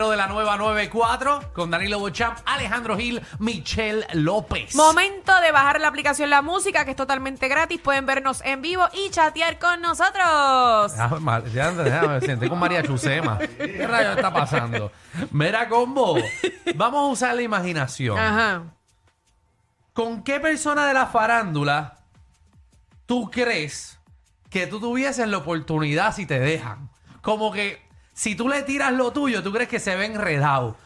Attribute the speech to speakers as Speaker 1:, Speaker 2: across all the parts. Speaker 1: de la nueva 94 con Danilo Bochamp, Alejandro Gil, Michelle López.
Speaker 2: Momento de bajar la aplicación La Música, que es totalmente gratis. Pueden vernos en vivo y chatear con nosotros.
Speaker 1: Déjame, ma- déjame, déjame, senté con María Chusema. ¿Qué rayos está pasando? Mira, combo, vamos a usar la imaginación.
Speaker 2: Ajá.
Speaker 1: ¿Con qué persona de la farándula tú crees que tú tuvieses la oportunidad si te dejan? Como que si tú le tiras lo tuyo, tú crees que se ve enredado.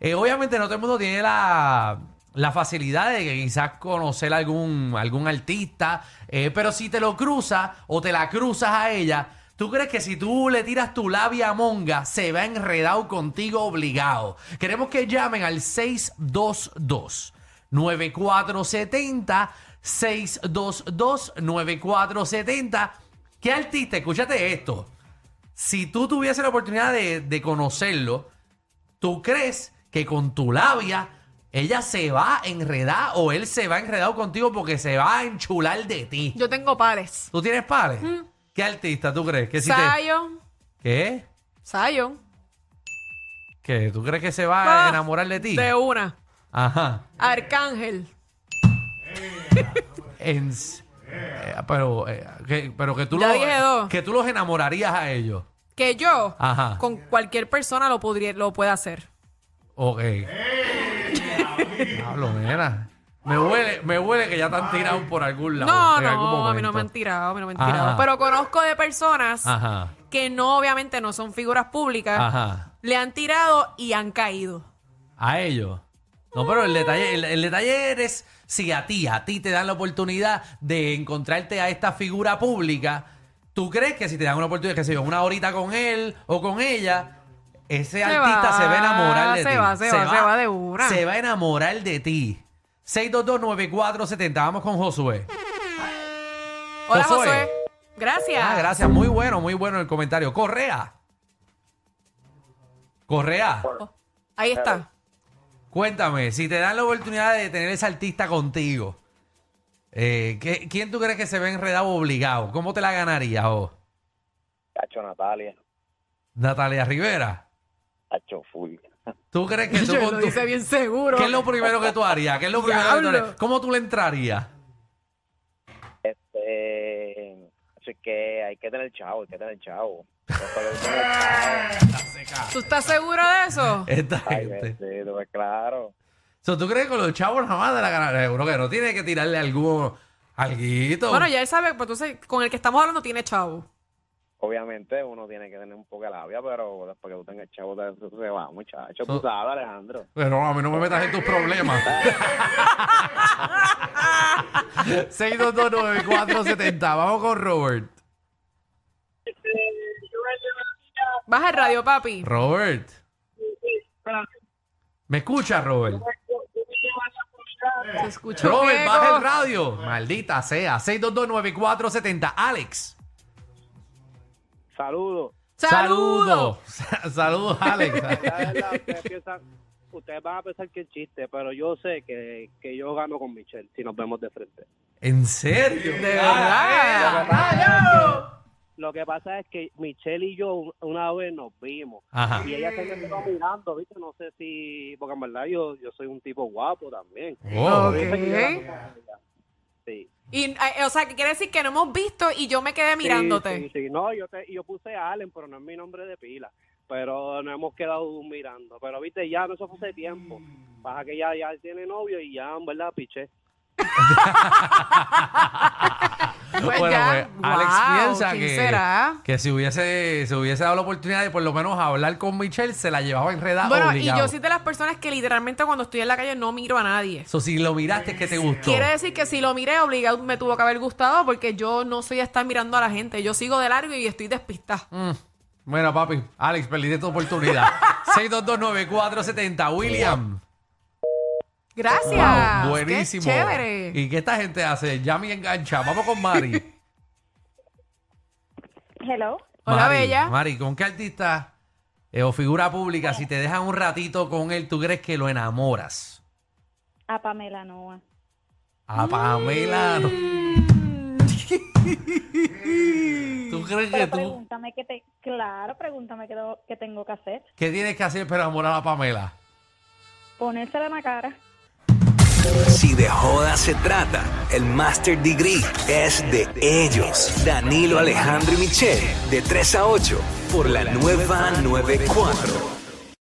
Speaker 1: Eh, obviamente no todo el mundo tiene la, la facilidad de que quizás conocer algún, algún artista, eh, pero si te lo cruzas o te la cruzas a ella, ¿tú crees que si tú le tiras tu labia monga, se va enredado contigo obligado? Queremos que llamen al 622. 9470 622 9470 ¿Qué artista? Escúchate esto. Si tú tuvieses la oportunidad de, de conocerlo, ¿tú crees que con tu labia ella se va a enredar o él se va enredado contigo porque se va a enchular de ti?
Speaker 2: Yo tengo pares.
Speaker 1: ¿Tú tienes pares? ¿Qué artista tú crees? ¿Que si te-
Speaker 2: Sayo.
Speaker 1: ¿Qué?
Speaker 2: Sayo.
Speaker 1: ¿Que tú crees que se va a
Speaker 2: Ah,
Speaker 1: enamorar de ti?
Speaker 2: De una.
Speaker 1: Ajá.
Speaker 2: Arcángel.
Speaker 1: En s- eh, pero, eh, que, pero que tú
Speaker 2: Ya
Speaker 1: los-
Speaker 2: dije dos.
Speaker 1: que tú los enamorarías a ellos.
Speaker 2: Que yo,
Speaker 1: Ajá.
Speaker 2: con cualquier persona, lo, podría, lo pueda hacer.
Speaker 1: Ok. Diablo, nena. Me huele, me huele que ya te han tirado por algún lado.
Speaker 2: No,
Speaker 1: en algún
Speaker 2: no, a mí no
Speaker 1: momento.
Speaker 2: me han tirado, a mí no me han
Speaker 1: Ajá.
Speaker 2: tirado. Pero conozco de personas
Speaker 1: Ajá,
Speaker 2: que no, obviamente, no son figuras públicas.
Speaker 1: ajá.
Speaker 2: Le han tirado y han caído.
Speaker 1: A ellos. No, pero el detalle, el, el detalle eres si a ti, a ti te dan la oportunidad de encontrarte a esta figura pública. ¿Tú crees que si te dan una oportunidad, que se yo, una horita con él o con ella, ese artista
Speaker 2: va,
Speaker 1: se va a enamorar de
Speaker 2: se
Speaker 1: ti?
Speaker 2: va, se va, se va de una.
Speaker 1: Se va a enamorar de ti. 6229470. Vamos con Josué.
Speaker 2: Hola,
Speaker 1: Josué.
Speaker 2: Josué. Gracias.
Speaker 1: Ah, gracias. Muy bueno, muy bueno el comentario. Correa. Correa,
Speaker 2: Ahí está.
Speaker 1: cuéntame, si te dan la oportunidad de tener ese artista contigo, eh, ¿qué- ¿quién tú crees que se ve enredado o obligado? ¿Cómo te la ganarías vos?
Speaker 3: Cacho Natalia,
Speaker 1: Natalia Rivera,
Speaker 3: Cacho Full.
Speaker 1: ¿tú crees que tú...
Speaker 2: Yo
Speaker 1: con
Speaker 2: lo
Speaker 1: tu-
Speaker 2: dice bien seguro.
Speaker 1: ¿Qué es lo primero que tú harías? ¿Qué es lo primero que tú
Speaker 2: Diablo.
Speaker 1: harías? ¿Cómo tú le entrarías?
Speaker 3: Este, así que hay que tener chavo, hay que tener chavo. No solo hay que tener chavo.
Speaker 2: ¿Tú estás seguro de eso?
Speaker 1: Esta
Speaker 3: Ay,
Speaker 1: gente.
Speaker 3: bendito, pues claro.
Speaker 1: So, ¿Tú crees que con los chavos jamás de la ganaría? Seguro que no tiene que tirarle algo, alguito.
Speaker 2: Bueno, ya él sabe, pues entonces con el que estamos hablando tiene chavo.
Speaker 3: Obviamente uno tiene que tener un poco de labia, pero después que tú tengas chavo te, te- se va, muchacho.
Speaker 1: So-
Speaker 3: Tú sabes, Alejandro.
Speaker 1: Pero a mí no me metas en tus problemas. 6229470. Vamos con Robert.
Speaker 2: Baja el radio, papi.
Speaker 1: Robert. ¿Me escucha, Robert?
Speaker 2: Se escucha un
Speaker 1: Robert,
Speaker 2: eco.
Speaker 1: baja el radio. Maldita sea. 6229470. Alex.
Speaker 3: Saludos.
Speaker 2: ¡Saludos!
Speaker 1: Saludos, Saludos, Alex.
Speaker 3: ustedes, van a pensar que es chiste, pero yo sé que, que yo gano con Michelle si nos vemos de frente.
Speaker 1: ¿En serio?
Speaker 2: De verdad.
Speaker 3: Lo que pasa es que Michelle y yo un- una vez nos vimos
Speaker 1: Ajá.
Speaker 3: y ella se me quedó mirando, ¿viste? No sé si, porque en verdad yo, yo soy un tipo guapo también.
Speaker 1: Oh.
Speaker 2: Ok.
Speaker 3: Sí.
Speaker 2: Y, eh, o sea, que quiere decir que no hemos visto y yo me quedé mirándote.
Speaker 3: Sí, sí, sí. No, yo, te, yo puse Allen, pero no es mi nombre de pila. Pero nos hemos quedado mirando. Pero, viste, ya no eso fue hace tiempo. Pasa que ya, ya tiene novio y ya, en verdad, piché.
Speaker 2: Pues
Speaker 1: bueno, pues,
Speaker 2: ya.
Speaker 1: Alex
Speaker 2: Wow,
Speaker 1: piensa
Speaker 2: ¿quién
Speaker 1: que,
Speaker 2: será?
Speaker 1: que si hubiese, se hubiese dado la oportunidad de por lo menos hablar con Michelle, se la llevaba enredada
Speaker 2: Bueno,
Speaker 1: obligado.
Speaker 2: y yo soy de las personas que literalmente cuando estoy en la calle no miro a nadie.
Speaker 1: So, si lo miraste, es que te gustó.
Speaker 2: Quiere decir que si lo miré obligado me tuvo que haber gustado porque yo no soy a estar mirando a la gente. Yo sigo de largo y estoy despistada.
Speaker 1: Mm. Bueno, papi, Alex, perdiste tu oportunidad. 6229470, William.
Speaker 2: Gracias.
Speaker 1: Wow, buenísimo.
Speaker 2: Qué chévere.
Speaker 1: ¿Y qué esta gente hace? Ya me engancha. Vamos con Mari.
Speaker 4: Hello.
Speaker 2: Hola,
Speaker 1: Mari,
Speaker 2: Bella.
Speaker 1: Mari, ¿con qué artista eh, o figura pública, si te dejan un ratito con él, tú crees que lo enamoras?
Speaker 4: A Pamela Noa.
Speaker 1: A Pamela. no. ¿Tú crees que
Speaker 4: Pero
Speaker 1: tú...
Speaker 4: pregúntame que te... Claro, pregúntame qué, do- qué tengo que hacer.
Speaker 1: ¿Qué tienes que hacer para enamorar a Pamela?
Speaker 4: Ponérsela en la cara.
Speaker 5: Si de joda se trata, el Master Degree es de ellos. Danilo Alejandro y Michelle, de 3 a 8, por la nueva 94.